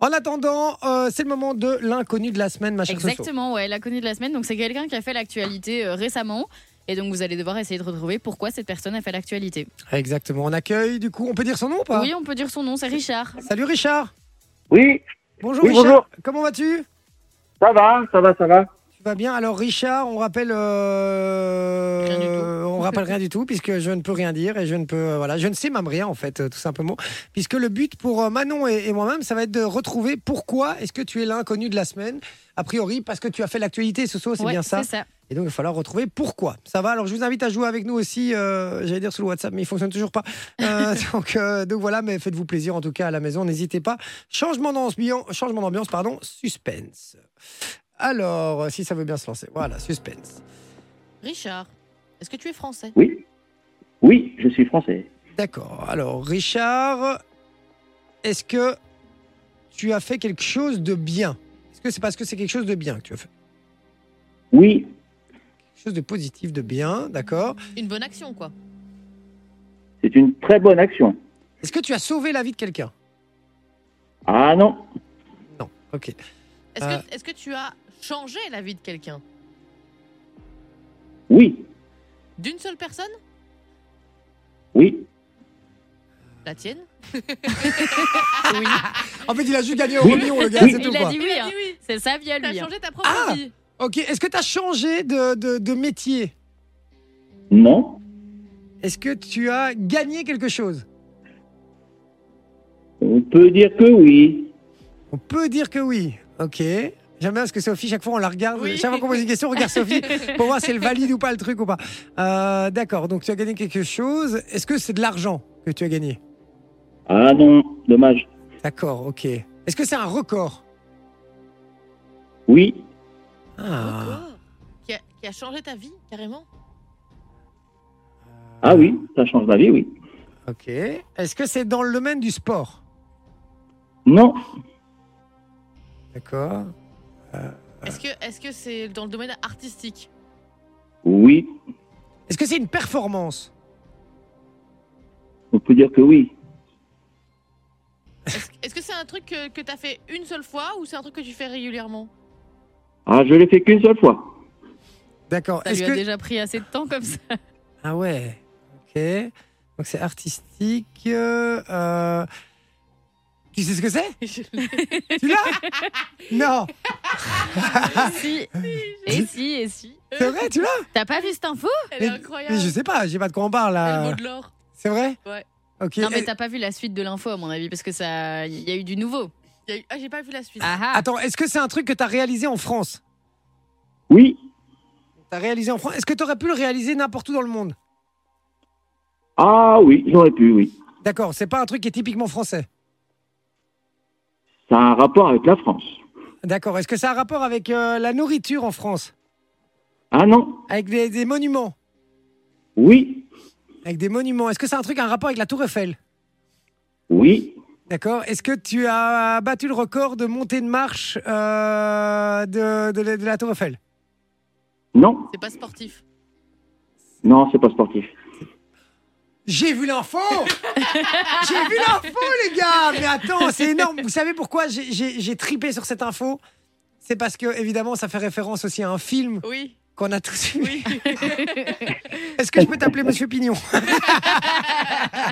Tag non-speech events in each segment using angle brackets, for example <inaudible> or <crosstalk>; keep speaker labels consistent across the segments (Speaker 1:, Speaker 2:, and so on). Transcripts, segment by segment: Speaker 1: En attendant, euh, c'est le moment de l'inconnu de la semaine, ma chère Soso.
Speaker 2: Exactement, ouais, l'inconnu de la semaine. Donc c'est quelqu'un qui a fait l'actualité euh, récemment. Et donc vous allez devoir essayer de retrouver pourquoi cette personne a fait l'actualité.
Speaker 1: Exactement. On accueille, du coup, on peut dire son nom ou pas
Speaker 2: Oui, on peut dire son nom, c'est Richard.
Speaker 1: Salut Richard.
Speaker 3: Oui,
Speaker 1: Bonjour
Speaker 3: Oui,
Speaker 1: Richard.
Speaker 3: bonjour.
Speaker 1: Comment vas-tu
Speaker 3: ça va, ça va, ça va.
Speaker 1: Tu vas bien Alors Richard, on rappelle, euh,
Speaker 2: Rien du tout.
Speaker 1: on rappelle rien du tout puisque je ne peux rien dire et je ne peux, euh, voilà, je ne sais même rien en fait, euh, tout simplement. Puisque le but pour euh, Manon et, et moi-même, ça va être de retrouver pourquoi est-ce que tu es l'inconnu de la semaine. A priori, parce que tu as fait l'actualité ce soir, c'est
Speaker 2: Ouais,
Speaker 1: bien ça.
Speaker 2: C'est ça.
Speaker 1: Et donc, il va falloir retrouver pourquoi. Ça va Alors, je vous invite à jouer avec nous aussi. euh, J'allais dire sur le WhatsApp, mais il fonctionne toujours pas. Euh, donc, euh, donc voilà, mais faites-vous plaisir en tout cas à la maison. N'hésitez pas. Changement d'ambiance, changement d'ambiance, pardon. Suspense. Alors, euh, si ça veut bien se lancer. Voilà, suspense.
Speaker 4: Richard, est-ce que tu es français
Speaker 3: Oui, oui, je suis français.
Speaker 1: D'accord. Alors, Richard, est-ce que tu as fait quelque chose de bien Est-ce que c'est parce que c'est quelque chose de bien que tu as fait
Speaker 3: Oui,
Speaker 1: Quelque chose de positif, de bien, d'accord
Speaker 4: Une bonne action, quoi.
Speaker 3: c'est une très bonne action.
Speaker 1: Est-ce que tu as sauvé la vie de quelqu'un
Speaker 3: Ah non,
Speaker 1: Non. Ok.
Speaker 4: Est-ce
Speaker 1: Euh.
Speaker 4: que, est-ce que tu as changé la vie de quelqu'un
Speaker 3: oui,
Speaker 4: D'une seule personne
Speaker 3: oui,
Speaker 4: La tienne
Speaker 1: En fait, il a juste gagné au
Speaker 3: Oui.
Speaker 1: million, le gars,
Speaker 3: Oui.
Speaker 1: c'est tout.
Speaker 2: Il a
Speaker 1: quoi.
Speaker 2: dit oui, hein.
Speaker 4: oui.
Speaker 2: c'est sa vie à
Speaker 4: Tu as
Speaker 2: lui. hein.
Speaker 4: changé ta propre
Speaker 1: Ah
Speaker 4: vie.
Speaker 1: Ok, est-ce que tu as changé de, de- de métier
Speaker 3: non,
Speaker 1: Est-ce que tu as gagné quelque chose
Speaker 3: on peut dire que oui.
Speaker 1: On peut dire que oui. Ok. J'aime bien parce que Sophie, chaque fois, on la regarde.
Speaker 4: Oui.
Speaker 1: Chaque fois qu'on pose une question, on regarde
Speaker 2: <laughs>
Speaker 1: Sophie pour voir si elle valide ou pas le truc ou pas. Euh, D'accord, donc tu as gagné quelque chose. Est-ce que c'est de l'argent que tu as gagné
Speaker 3: Ah non, dommage.
Speaker 1: D'accord, ok. Est-ce que c'est un record
Speaker 3: Oui,
Speaker 1: Ah.
Speaker 4: Record. Qui, a, qui a changé ta vie, carrément
Speaker 3: ah oui, ça change la vie, oui.
Speaker 1: Ok. Est-ce que c'est dans le domaine du sport
Speaker 3: Non,
Speaker 1: D'accord. Euh.
Speaker 4: Est-ce que est-ce que c'est dans le domaine artistique
Speaker 3: oui,
Speaker 1: Est-ce que c'est une performance
Speaker 3: on peut dire que oui.
Speaker 4: Est-ce est-ce que c'est un truc que, que tu as fait une seule fois ou c'est un truc que tu fais régulièrement
Speaker 3: Ah, je l'ai fait qu'une seule fois.
Speaker 1: D'accord.
Speaker 2: Ça
Speaker 1: Est-ce
Speaker 2: lui a
Speaker 1: que
Speaker 2: déjà pris assez de temps
Speaker 1: <laughs>
Speaker 2: comme ça.
Speaker 1: Ah ouais, ok. Donc c'est artistique. euh, euh, Tu sais ce que c'est
Speaker 4: <laughs>
Speaker 1: Tu l'as Non Ah.
Speaker 2: si. Et si, et si.
Speaker 1: C'est vrai, tu l'as
Speaker 2: T'as pas vu cette info
Speaker 4: Elle est
Speaker 1: Mais-
Speaker 4: incroyable.
Speaker 1: Mais je sais pas, j'ai pas de quoi on parle
Speaker 4: Elle vaut
Speaker 1: là.
Speaker 4: de l'or.
Speaker 1: C'est vrai
Speaker 4: Ouais.
Speaker 1: Ok.
Speaker 2: Non, mais
Speaker 1: Eh,
Speaker 2: t'as pas vu la suite de l'info, à mon avis, parce que ça. Il y a eu du nouveau.
Speaker 4: Il y a eu- Ah, j'ai pas vu la suite.
Speaker 2: Ah ah.
Speaker 1: Attends, est-ce que c'est un truc que t'as réalisé en France
Speaker 3: Oui,
Speaker 1: T'as réalisé en France Est-ce que t'aurais pu le réaliser n'importe où dans le monde
Speaker 3: ah oui, j'aurais pu, oui.
Speaker 1: D'accord, c'est pas un truc qui est typiquement français.
Speaker 3: Ça a un rapport avec la France.
Speaker 1: D'accord, est-ce que ça a un rapport avec euh, la nourriture en France
Speaker 3: Ah non,
Speaker 1: Avec des, des monuments
Speaker 3: oui,
Speaker 1: Avec des monuments. Est-ce que c'est un truc, un rapport avec la Tour Eiffel
Speaker 3: oui,
Speaker 1: D'accord. Est-ce que tu as battu le record de montée de marche euh, de, de la- de la Tour Eiffel
Speaker 3: non,
Speaker 4: C'est pas sportif.
Speaker 3: non, c'est pas sportif.
Speaker 1: J'ai vu <laughs> l'info J'ai vu l'info, les gars Mais attends, c'est énorme. Vous savez pourquoi j'ai- j'ai j'ai tripé sur cette info C'est parce que, évidemment, ça fait référence aussi à un film
Speaker 4: Oui.
Speaker 1: qu'on a tous vu.
Speaker 4: Oui.
Speaker 1: <laughs> Est-ce que je peux t'appeler Monsieur Pignon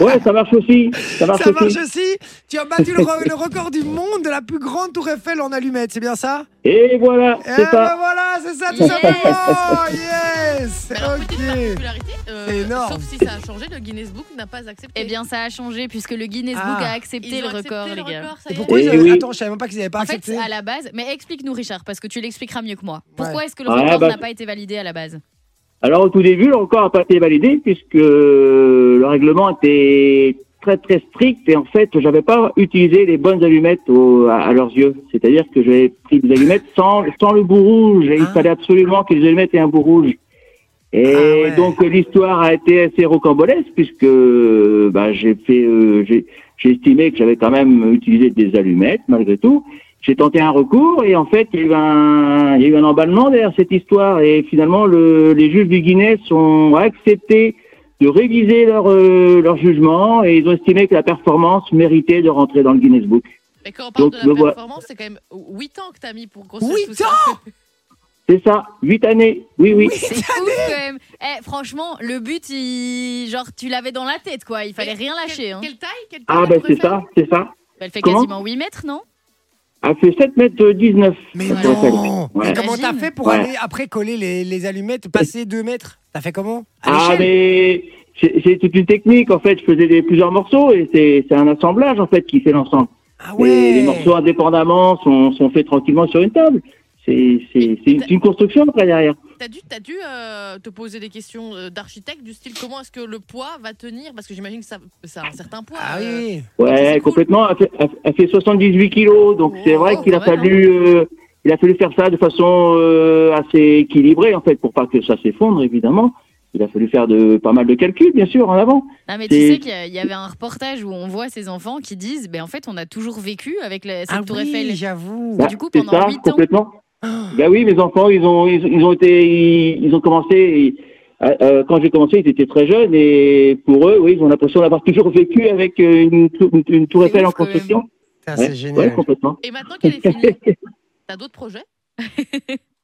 Speaker 3: Ouais, ça marche aussi, ça marche
Speaker 1: Ça
Speaker 3: aussi.
Speaker 1: marche aussi Tu as battu le, re- le record du monde de la plus grande Tour Eiffel en allumettes, c'est bien ça
Speaker 3: Et voilà,
Speaker 1: Eh
Speaker 3: c'est ça.
Speaker 1: ben voilà, c'est ça, tout
Speaker 2: Yes.
Speaker 1: simplement Yes
Speaker 4: Mais alors, petite
Speaker 1: Ok
Speaker 4: particularité, euh,
Speaker 1: C'est énorme.
Speaker 4: sauf si ça a changé, le Guinness Book n'a pas accepté.
Speaker 2: Eh bien, ça a changé, puisque le Guinness
Speaker 1: Ah.
Speaker 2: Book a
Speaker 4: Ils
Speaker 2: accepté
Speaker 4: ont
Speaker 2: le
Speaker 4: accepté
Speaker 2: record, les
Speaker 4: le
Speaker 2: gars.
Speaker 4: record, ça
Speaker 1: Et
Speaker 4: y est.
Speaker 1: pourquoi
Speaker 3: Eh
Speaker 1: ils avaient-
Speaker 3: oui.
Speaker 1: Attends, je savais même pas qu'ils n'avaient pas
Speaker 2: En fait,
Speaker 1: accepté.
Speaker 2: à la base, mais explique-nous Richard, parce que tu l'expliqueras mieux que moi. Pourquoi est-ce que le
Speaker 3: Ah,
Speaker 2: record
Speaker 3: bah-
Speaker 2: n'a pas été validé à la
Speaker 3: <laughs>
Speaker 2: base
Speaker 3: Alors au tout début, le record n'a pas été validé puisque euh, le règlement était très très strict et en fait, j'avais pas utilisé les bonnes allumettes au- à, à leurs yeux. C'est-à-dire que j'avais pris des allumettes sans, sans le bout rouge et il
Speaker 1: Ah.
Speaker 3: fallait absolument que les allumettes aient un bout rouge. Et
Speaker 1: Ah ouais.
Speaker 3: donc euh, l'histoire a été assez rocambolesque puisque euh, bah, j'ai fait, euh, j'ai j'ai estimé que j'avais quand même utilisé des allumettes malgré tout. J'ai tenté un recours et en fait il y a eu un, il y a eu un emballement derrière cette histoire et finalement le, les juges du Guinness ont accepté de réviser leur, euh, leur jugement et ils ont estimé que la performance méritait de rentrer dans le Guinness Book.
Speaker 4: Mais quand on parle
Speaker 3: Donc,
Speaker 4: de la
Speaker 3: me voilà.
Speaker 4: performance, c'est quand même 8 ans que t'as mis pour construire tout
Speaker 1: 8
Speaker 4: ça.
Speaker 1: ans
Speaker 3: C'est ça, huit années. Oui, oui.
Speaker 2: C'est fou quand même. Eh, franchement, le but, il- genre, tu l'avais dans la tête, quoi. Il fallait
Speaker 4: Mais
Speaker 2: rien
Speaker 4: quelle-
Speaker 2: lâcher. hein.
Speaker 4: Quelle taille Quelle taille
Speaker 3: Ah
Speaker 4: elle
Speaker 3: ben c'est
Speaker 4: préfère
Speaker 3: ça, c'est ça.
Speaker 2: Elle fait
Speaker 3: Comment
Speaker 2: quasiment 8 mètres, non
Speaker 3: Elle fait 7 mètres 19.
Speaker 1: Mais
Speaker 2: Ouais.
Speaker 1: non
Speaker 3: Ouais.
Speaker 1: Mais comment t'as
Speaker 2: Imagine.
Speaker 1: fait pour
Speaker 3: Ouais.
Speaker 1: aller après coller les, les allumettes, passer 2 mètres T'as fait comment À
Speaker 3: Ah
Speaker 1: l'échelle
Speaker 3: mais c'est c'est toute une technique en fait. Je faisais des, plusieurs morceaux et c'est c'est un assemblage en fait qui fait l'ensemble.
Speaker 1: Ah
Speaker 3: Et les morceaux indépendamment sont, sont faits tranquillement sur une table. C'est c'est- c'est une, c'est une construction après derrière.
Speaker 4: T'as dû, t'as dû euh, te poser des questions euh, d'architecte du style comment est-ce que le poids va tenir Parce que j'imagine que ça, ça a un certain poids.
Speaker 1: Ah
Speaker 4: euh,
Speaker 1: oui
Speaker 4: c'est
Speaker 3: Ouais,
Speaker 4: cool.
Speaker 3: complètement. Elle fait, elle- elle fait 78 kilos, donc c'est
Speaker 4: Oh,
Speaker 3: vrai qu'il a
Speaker 2: quand même,
Speaker 3: fallu euh, il a fallu faire ça de façon euh, assez équilibrée en fait pour pas que ça s'effondre évidemment. Il a fallu faire de pas mal de calculs bien sûr en avant.
Speaker 2: Non, mais tu
Speaker 3: C'est-
Speaker 2: sais qu'il y a- il y avait un reportage où on voit ces enfants qui disent ben, En fait, on a toujours vécu avec la- cette
Speaker 1: Ah
Speaker 2: tour
Speaker 1: oui,
Speaker 2: Eiffel.
Speaker 1: j'avoue
Speaker 2: Bah, du coup,
Speaker 3: c'est
Speaker 2: pendant
Speaker 3: ça,
Speaker 2: huit ans. <gasps>
Speaker 3: complètement. Ben oui, mes enfants, ils ont, ils, ils ont été, ils, ils ont commencé. euh, euh, quand j'ai commencé, ils étaient très jeunes et pour eux, oui, ils ont l'impression d'avoir toujours vécu avec euh, une, tou- une, une tour
Speaker 2: C'est
Speaker 3: Eiffel
Speaker 2: ouf,
Speaker 3: en
Speaker 2: quand même.
Speaker 3: construction.
Speaker 1: Putain,
Speaker 3: Ouais,
Speaker 1: c'est
Speaker 3: ouais,
Speaker 1: génial
Speaker 3: complètement.
Speaker 4: Et maintenant qu'elle est
Speaker 3: <laughs>
Speaker 4: finie, t'as d'autres projets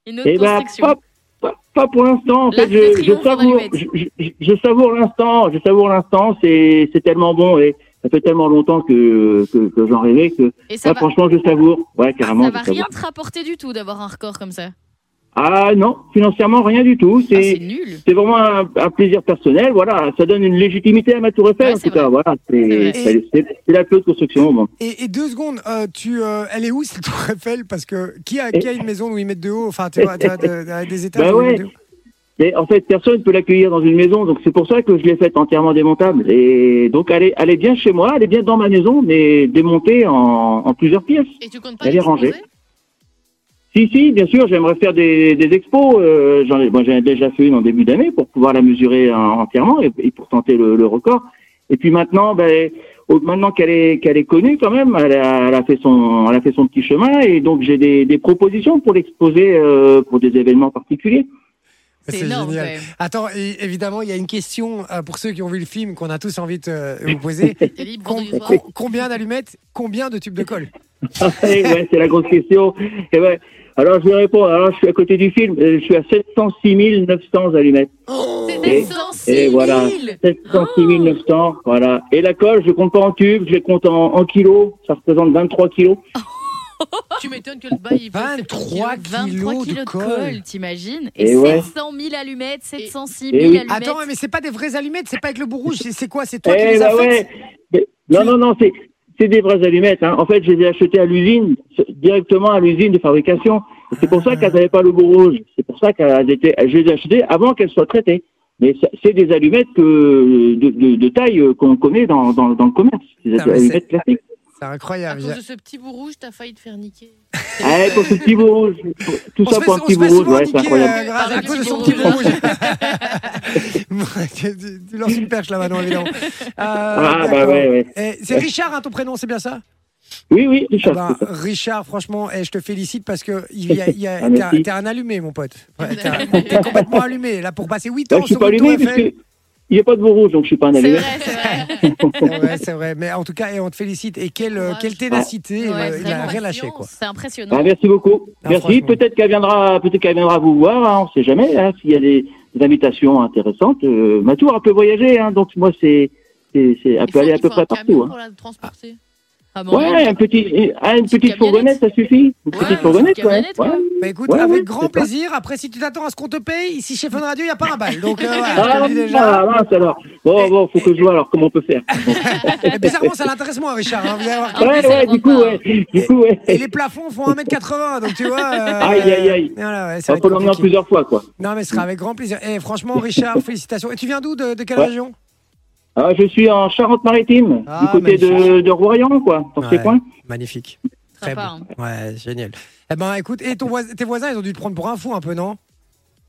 Speaker 2: Une autre
Speaker 3: Et ben
Speaker 2: construction.
Speaker 3: pas, pas, pas pour l'instant. En
Speaker 2: Là,
Speaker 3: fait,
Speaker 2: le
Speaker 3: je, je
Speaker 2: triomphe en
Speaker 3: savoure,
Speaker 2: allumettes.
Speaker 3: je, je- je savoure l'instant. Je savoure l'instant. C'est, c'est tellement bon et ça fait tellement longtemps que que, que j'en rêvais que
Speaker 2: Et ça va,
Speaker 3: là,
Speaker 2: Ah,
Speaker 3: franchement, je savoure. Ouais, carrément.
Speaker 2: ça
Speaker 3: je
Speaker 2: va
Speaker 3: savoure.
Speaker 2: rien te rapporter du tout d'avoir un record comme ça.
Speaker 3: Ah non, financièrement, rien du tout.
Speaker 2: Ah,
Speaker 3: C'est
Speaker 2: c'est nul.
Speaker 3: c'est vraiment un, un plaisir personnel. Voilà, ça donne une légitimité à ma Tour Eiffel
Speaker 2: Ouais,
Speaker 3: en
Speaker 2: c'est
Speaker 3: tout cas. Voilà,
Speaker 2: C'est
Speaker 3: c'est
Speaker 1: vrai.
Speaker 3: c'est- c'est- c'est la plus haute construction au monde.
Speaker 1: Et, et deux secondes, euh, tu, euh, elle est où cette tour Eiffel Parce que qui a, qui a une maison où ils mettent de haut Enfin, tu vois, tu vois, de- de- des étages
Speaker 3: Bah
Speaker 1: où ils
Speaker 3: ouais.
Speaker 1: mettent de haut.
Speaker 3: Mais en fait, personne ne peut l'accueillir dans une maison, donc c'est pour ça que je l'ai faite entièrement démontable. Et donc elle est, elle est bien chez moi, elle est bien dans ma maison, mais démontée en, en plusieurs pièces.
Speaker 4: Et tu comptes pas
Speaker 3: Elle est
Speaker 4: l'exposer
Speaker 3: rangée. Si, si, bien sûr, j'aimerais faire des, des expos. Euh, J'en ai, bon, j'en ai déjà fait une en début d'année pour pouvoir la mesurer en- entièrement et, et pour tenter le, le record. Et puis maintenant, ben, au- maintenant qu'elle est, qu'elle est connue quand même, elle a, elle a fait son, elle a fait son petit chemin et donc j'ai des, des propositions pour l'exposer euh, pour des événements particuliers. <laughs>
Speaker 2: C'est
Speaker 1: C'est
Speaker 2: énorme.
Speaker 1: génial.
Speaker 2: quand même.
Speaker 1: Attends, et évidemment, il y a une question euh, pour ceux qui ont vu le film qu'on a tous envie de euh,
Speaker 3: <laughs>
Speaker 1: vous poser.
Speaker 4: T'es libre
Speaker 1: Com-
Speaker 4: provisoire.
Speaker 1: com- combien d'allumettes Combien de tubes de colle
Speaker 3: Eh ouais, c'est la grosse question. Eh ouais. Alors je vais répondre. Alors je suis à côté du film. Euh, Je suis à 706 900 allumettes.
Speaker 4: C'était sans-
Speaker 3: Et voilà. 706 900. Voilà. Et la colle, je compte pas en tubes, je les compte en, en kilos. Ça représente 23 kilos.
Speaker 4: Tu m'étonnes que le bail il pèse
Speaker 1: 23
Speaker 2: 23
Speaker 1: kilos
Speaker 2: kilos
Speaker 1: de
Speaker 2: de
Speaker 1: colle.
Speaker 2: colle, t'imagines Et
Speaker 3: Et ouais.
Speaker 2: 700 000 allumettes, 706 000
Speaker 3: Et oui.
Speaker 2: allumettes.
Speaker 1: Attends, mais c'est pas des vraies allumettes, c'est pas avec le bout rouge, c'est- c'est quoi C'est toi qui
Speaker 3: Eh
Speaker 1: les as
Speaker 3: bah ouais.
Speaker 1: faites
Speaker 3: Mais- Non, non, non, c'est, c'est des vraies allumettes. hein. En fait, je les ai achetées à l'usine, ce- directement à l'usine de fabrication. Et C'est pour ça qu'elles n'avaient pas le bout rouge. C'est pour ça qu'elles étaient, je les ai achetées avant qu'elles soient traitées. Mais ça- c'est des allumettes que, de, de- de taille euh, qu'on connaît dans, dans, dans le commerce. Des
Speaker 1: Putain, mais
Speaker 3: allumettes classiques.
Speaker 1: C'est
Speaker 4: hein. À
Speaker 1: incroyable.
Speaker 4: cause de ce petit bout rouge, t'as failli te faire niquer.
Speaker 3: Ah, pour ce petit bout rouge. Pour- Tout
Speaker 1: On
Speaker 3: ça
Speaker 1: se fait-
Speaker 3: pour un
Speaker 1: on
Speaker 3: petit
Speaker 1: se fait
Speaker 3: bout rouge,
Speaker 1: souvent
Speaker 3: ouais, c'est
Speaker 1: niquer,
Speaker 3: incroyable.
Speaker 1: euh, grâce-
Speaker 4: Par
Speaker 1: à
Speaker 4: le
Speaker 1: cause de
Speaker 4: petit
Speaker 1: son
Speaker 4: bout
Speaker 1: petit bout
Speaker 4: rouge. <laughs>
Speaker 1: rouge. tu, <laughs> tu- tu lances une perche là maintenant,
Speaker 3: <laughs>
Speaker 1: évidemment. Euh,
Speaker 3: Ah, bah
Speaker 1: d'accord.
Speaker 3: ouais, ouais.
Speaker 1: Eh, c'est Richard, hein, ton prénom, c'est bien ça
Speaker 3: Oui, oui,
Speaker 1: Eh
Speaker 3: Richard.
Speaker 1: ben, Richard, franchement, eh, je te félicite parce que il y a- il y a-
Speaker 3: <laughs> Ah,
Speaker 1: t'es un-
Speaker 3: merci.
Speaker 1: t'es un allumé, mon pote. Ouais,
Speaker 4: Vous
Speaker 1: t'es un-
Speaker 3: <laughs>
Speaker 4: avez-
Speaker 1: t'es complètement allumé. Là, pour passer 8
Speaker 3: Là,
Speaker 1: ans
Speaker 3: Bah, je suis
Speaker 1: sur
Speaker 3: pas
Speaker 1: une tour
Speaker 3: allumé parce <laughs>
Speaker 1: Eiffel.
Speaker 3: qu'il n'y a pas de bout rouge, donc je suis pas un
Speaker 2: C'est
Speaker 3: allumé.
Speaker 2: vrai,
Speaker 1: <laughs>
Speaker 2: c'est vrai.
Speaker 1: C'est vrai, c'est vrai. Mais en tout cas, eh, on te félicite. Et quelle, euh,
Speaker 4: Courage.
Speaker 1: quelle ténacité.
Speaker 2: Ouais,
Speaker 1: euh, il a
Speaker 2: vraiment,
Speaker 1: rien lâché,
Speaker 4: patience.
Speaker 1: quoi.
Speaker 2: C'est
Speaker 3: Ah,
Speaker 2: impressionnant.
Speaker 3: merci beaucoup.
Speaker 1: Ah,
Speaker 3: merci.
Speaker 1: franchement.
Speaker 3: Peut-être qu'elle viendra, peut-être qu'elle viendra vous voir. hein, on ne sait jamais. hein, S'il y a des, des invitations intéressantes, euh, ma tour, elle peut voyager. Hein, donc moi, c'est, c'est, c'est- elle peut
Speaker 4: Il faut-
Speaker 3: aller à
Speaker 4: il
Speaker 3: peu
Speaker 4: faut
Speaker 3: près
Speaker 4: un
Speaker 3: partout.
Speaker 4: camion
Speaker 3: Hein.
Speaker 4: pour la transporter.
Speaker 2: Ah, bon,
Speaker 3: Ouais, un petit, une, ah, une
Speaker 2: Petite
Speaker 3: petite fourgonnette, ça suffit. Une
Speaker 2: Ouais,
Speaker 3: petite fourgonnette,
Speaker 2: petite
Speaker 3: ouais.
Speaker 2: camionnette,
Speaker 3: ouais.
Speaker 2: quoi.
Speaker 1: Bah, écoute,
Speaker 3: Ouais,
Speaker 1: avec
Speaker 3: ouais,
Speaker 1: grand
Speaker 3: c'est ça.
Speaker 1: plaisir. Après, si tu t'attends à ce qu'on te paye, ici chez Fun Radio, il n'y a pas un bal. Donc, euh, voilà, je te
Speaker 3: Ah,
Speaker 1: le dis déjà.
Speaker 3: ah, mince alors. Bon, bon, faut que je vois alors comment on peut faire.
Speaker 1: Et bizarrement, ça l'intéresse moins, Richard. hein, vous allez voir.
Speaker 2: Ah, mais
Speaker 3: Ouais,
Speaker 2: ça
Speaker 3: ouais,
Speaker 2: rentre
Speaker 3: du coup,
Speaker 2: pas.
Speaker 3: ouais. Du coup, ouais.
Speaker 1: Et les plafonds font 1m80, donc tu vois. euh,
Speaker 3: Aïe, aïe, aïe.
Speaker 1: Voilà, ouais, ça
Speaker 3: On
Speaker 1: va
Speaker 3: peut
Speaker 1: être
Speaker 3: l'emmener en
Speaker 1: compliqué.
Speaker 3: plusieurs fois, quoi.
Speaker 1: Non, mais ce sera avec grand plaisir. Et franchement,
Speaker 3: <laughs>
Speaker 1: Richard, félicitations. Et tu viens d'où De, de quelle
Speaker 3: Ouais.
Speaker 1: région
Speaker 3: Ah, je suis en Charente-Maritime,
Speaker 1: Ah,
Speaker 3: du côté de,
Speaker 1: magnifique.
Speaker 3: de Royan, quoi, dans
Speaker 1: Ouais.
Speaker 3: ces coins.
Speaker 1: Magnifique. Très
Speaker 2: Sympa, hein.
Speaker 1: beau. Ouais, génial. Eh ben, écoute, et ton voisin- tes voisins, ils ont dû te prendre pour un fou un peu, non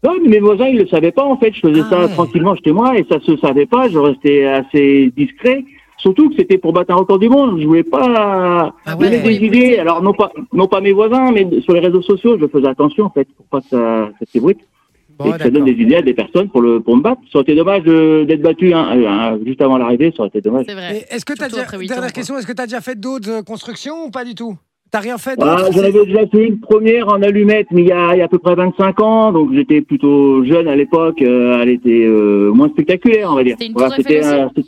Speaker 3: Non, mais mes voisins, ils le savaient pas, en fait. Je faisais
Speaker 1: Ah
Speaker 3: ça
Speaker 1: ouais.
Speaker 3: tranquillement chez moi et ça se savait pas. Je restais assez discret. Surtout que c'était pour battre un record du monde. Je voulais pas
Speaker 1: Ah
Speaker 3: donner
Speaker 1: ouais.
Speaker 3: des idées. Alors, non pas, non pas mes voisins, mais sur les réseaux sociaux, je faisais attention, en fait, pour pas que ça, ça s'ébruite.
Speaker 1: Bon,
Speaker 3: et que ça donne
Speaker 1: d'accord.
Speaker 3: des idées à des personnes pour, le, pour me battre. Ça aurait été dommage de- d'être battu hein, euh, hein, juste avant l'arrivée, ça aurait été dommage.
Speaker 2: C'est vrai.
Speaker 1: Et Est-ce que tu as
Speaker 2: Surtout
Speaker 1: déjà,
Speaker 2: après huit ans,
Speaker 1: dernière
Speaker 2: quoi.
Speaker 1: question, est-ce que tu as déjà fait d'autres euh, constructions ou pas du tout T'as rien fait
Speaker 3: Ah,
Speaker 1: d'autre
Speaker 3: J'en avais déjà fait une première en allumette, mais il y a, il y a à peu près 25 ans, donc j'étais plutôt jeune à l'époque. euh, elle était euh, moins spectaculaire, on va dire.
Speaker 2: C'était une tour Eiffel aussi
Speaker 3: un- c'est-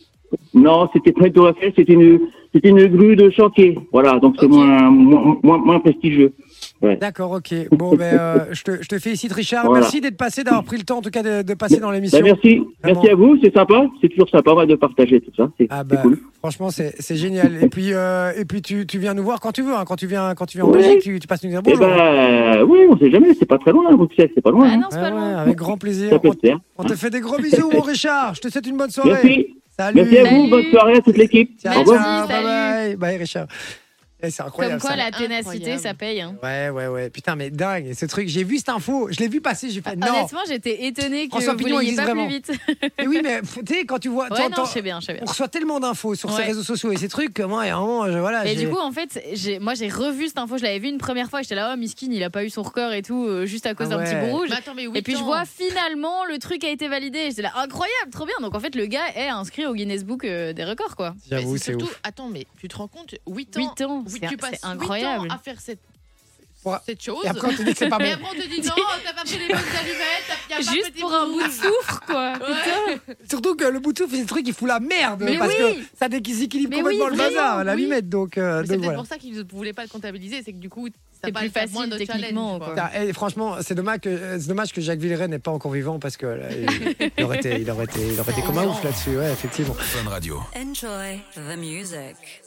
Speaker 3: non, c'était pas une tour Eiffel, c'était une, c'était une grue de chantier. Voilà, donc c'est
Speaker 2: Ok.
Speaker 3: moins, moins, moins, moins prestigieux.
Speaker 1: D'accord, ok. Bon, ben, euh, je, te, je te félicite, Richard.
Speaker 3: Voilà.
Speaker 1: Merci d'être passé, d'avoir pris le temps, en tout cas, de, de passer dans l'émission.
Speaker 3: Bah, merci,
Speaker 1: Vraiment.
Speaker 3: merci à vous, c'est sympa, c'est toujours sympa ouais, de partager tout ça, c'est
Speaker 1: Ah
Speaker 3: c'est
Speaker 1: bah,
Speaker 3: cool.
Speaker 1: franchement, c'est c'est génial. Et puis, euh, et puis tu, tu viens nous voir quand tu veux. hein. Quand tu viens, quand tu viens en
Speaker 3: Ouais.
Speaker 1: Belgique, tu, tu passes nous dire
Speaker 3: Eh
Speaker 1: bonjour.
Speaker 3: ben, oui, on sait jamais, c'est pas très loin, Bruxelles, c'est pas loin.
Speaker 2: Ah
Speaker 3: hein.
Speaker 2: non, c'est
Speaker 1: Ouais,
Speaker 2: pas
Speaker 1: ouais,
Speaker 2: loin.
Speaker 1: avec grand plaisir.
Speaker 3: Ça peut
Speaker 1: On,
Speaker 3: se faire.
Speaker 1: on te fait des gros bisous, mon Richard. Je te souhaite une bonne soirée.
Speaker 3: Merci,
Speaker 1: Salut.
Speaker 3: merci à vous,
Speaker 2: Salut.
Speaker 3: bonne soirée à toute l'équipe.
Speaker 1: Ciao,
Speaker 3: Au
Speaker 2: Merci.
Speaker 1: ciao,
Speaker 3: revoir.
Speaker 1: bye bye.
Speaker 2: salut.
Speaker 1: Bye, Richard. Eh, c'est
Speaker 2: Comme
Speaker 1: incroyable.
Speaker 2: quoi,
Speaker 1: ça.
Speaker 2: la ténacité,
Speaker 4: Incroyable.
Speaker 2: ça paye. hein.
Speaker 1: Ouais, ouais, ouais. Putain, mais dingue. Ce truc, j'ai vu cette info. Je l'ai vu passer. J'ai fait Ah, non.
Speaker 2: Ah, Honnêtement, j'étais étonnée que
Speaker 1: François
Speaker 2: vous
Speaker 1: Pignon
Speaker 2: l'ayez
Speaker 1: existe
Speaker 2: pas
Speaker 1: vraiment.
Speaker 2: plus vite.
Speaker 1: Mais oui, mais pff, tu sais, quand tu vois.
Speaker 2: Ouais,
Speaker 1: t'entends-
Speaker 2: non, je sais bien, je sais bien.
Speaker 1: on reçoit tellement d'infos sur ces
Speaker 2: Ouais.
Speaker 1: réseaux sociaux et ces trucs que moi, il y a un moment, je- voilà.
Speaker 2: Et
Speaker 1: j'ai-
Speaker 2: du coup, en fait, j'ai- moi j'ai revu cette info, je l'avais vu une première fois, j'étais là, oh Miskin, il a pas eu son record et tout, euh, juste à cause
Speaker 1: Ah
Speaker 2: d'un petit
Speaker 1: ouais.
Speaker 2: bout rouge.
Speaker 4: Mais Bah, attends, mais
Speaker 2: Et puis je vois finalement le truc a été validé. Et J'étais là, incroyable, trop bien. Donc en fait, le gars est inscrit au Guinness Book euh, des records, quoi.
Speaker 1: j'avoue, c'est
Speaker 4: surtout,
Speaker 1: ouf.
Speaker 4: Attends, mais tu te rends compte 8 ans,
Speaker 2: 8 ans,
Speaker 4: oui,
Speaker 2: c'est
Speaker 4: tu passes
Speaker 2: c'est
Speaker 4: huit
Speaker 2: incroyable.
Speaker 4: ans à faire cette,
Speaker 1: Ouais.
Speaker 4: cette chose.
Speaker 1: Et après, on te dit que
Speaker 2: <laughs>
Speaker 1: c'est pas
Speaker 4: Mais
Speaker 1: bon.
Speaker 4: après, on te dit <laughs> non, t'as pas pris les bonnes allumettes, t'as- y a pas fait
Speaker 2: Juste
Speaker 4: tes
Speaker 2: pour un bout de
Speaker 4: boules.
Speaker 2: soufre, quoi. Putain.
Speaker 1: Surtout que le Bluetooth, c'est le truc qui fout la merde.
Speaker 2: Mais
Speaker 1: parce
Speaker 2: oui.
Speaker 1: que ça déséquilibre
Speaker 2: Mais
Speaker 1: complètement
Speaker 2: oui,
Speaker 1: le
Speaker 2: vraiment,
Speaker 1: bazar,
Speaker 2: oui.
Speaker 1: l'allumette. Donc, euh,
Speaker 4: Mais C'est
Speaker 1: donc
Speaker 4: peut-être
Speaker 1: voilà.
Speaker 4: pour ça qu'ils ne voulaient pas le comptabiliser, c'est que du coup,
Speaker 2: C'est
Speaker 4: ça passe
Speaker 2: plus
Speaker 4: à moins
Speaker 2: facile
Speaker 4: de challenge,
Speaker 2: techniquement, quoi.
Speaker 1: Putain, eh, franchement, c'est dommage que euh, c'est dommage que Jacques Villeray n'est pas encore vivant parce que là, il, il aurait été il aurait été il aurait été comme un ouf là-dessus, ouais, effectivement.
Speaker 5: Fun Radio.
Speaker 6: Enjoy the music.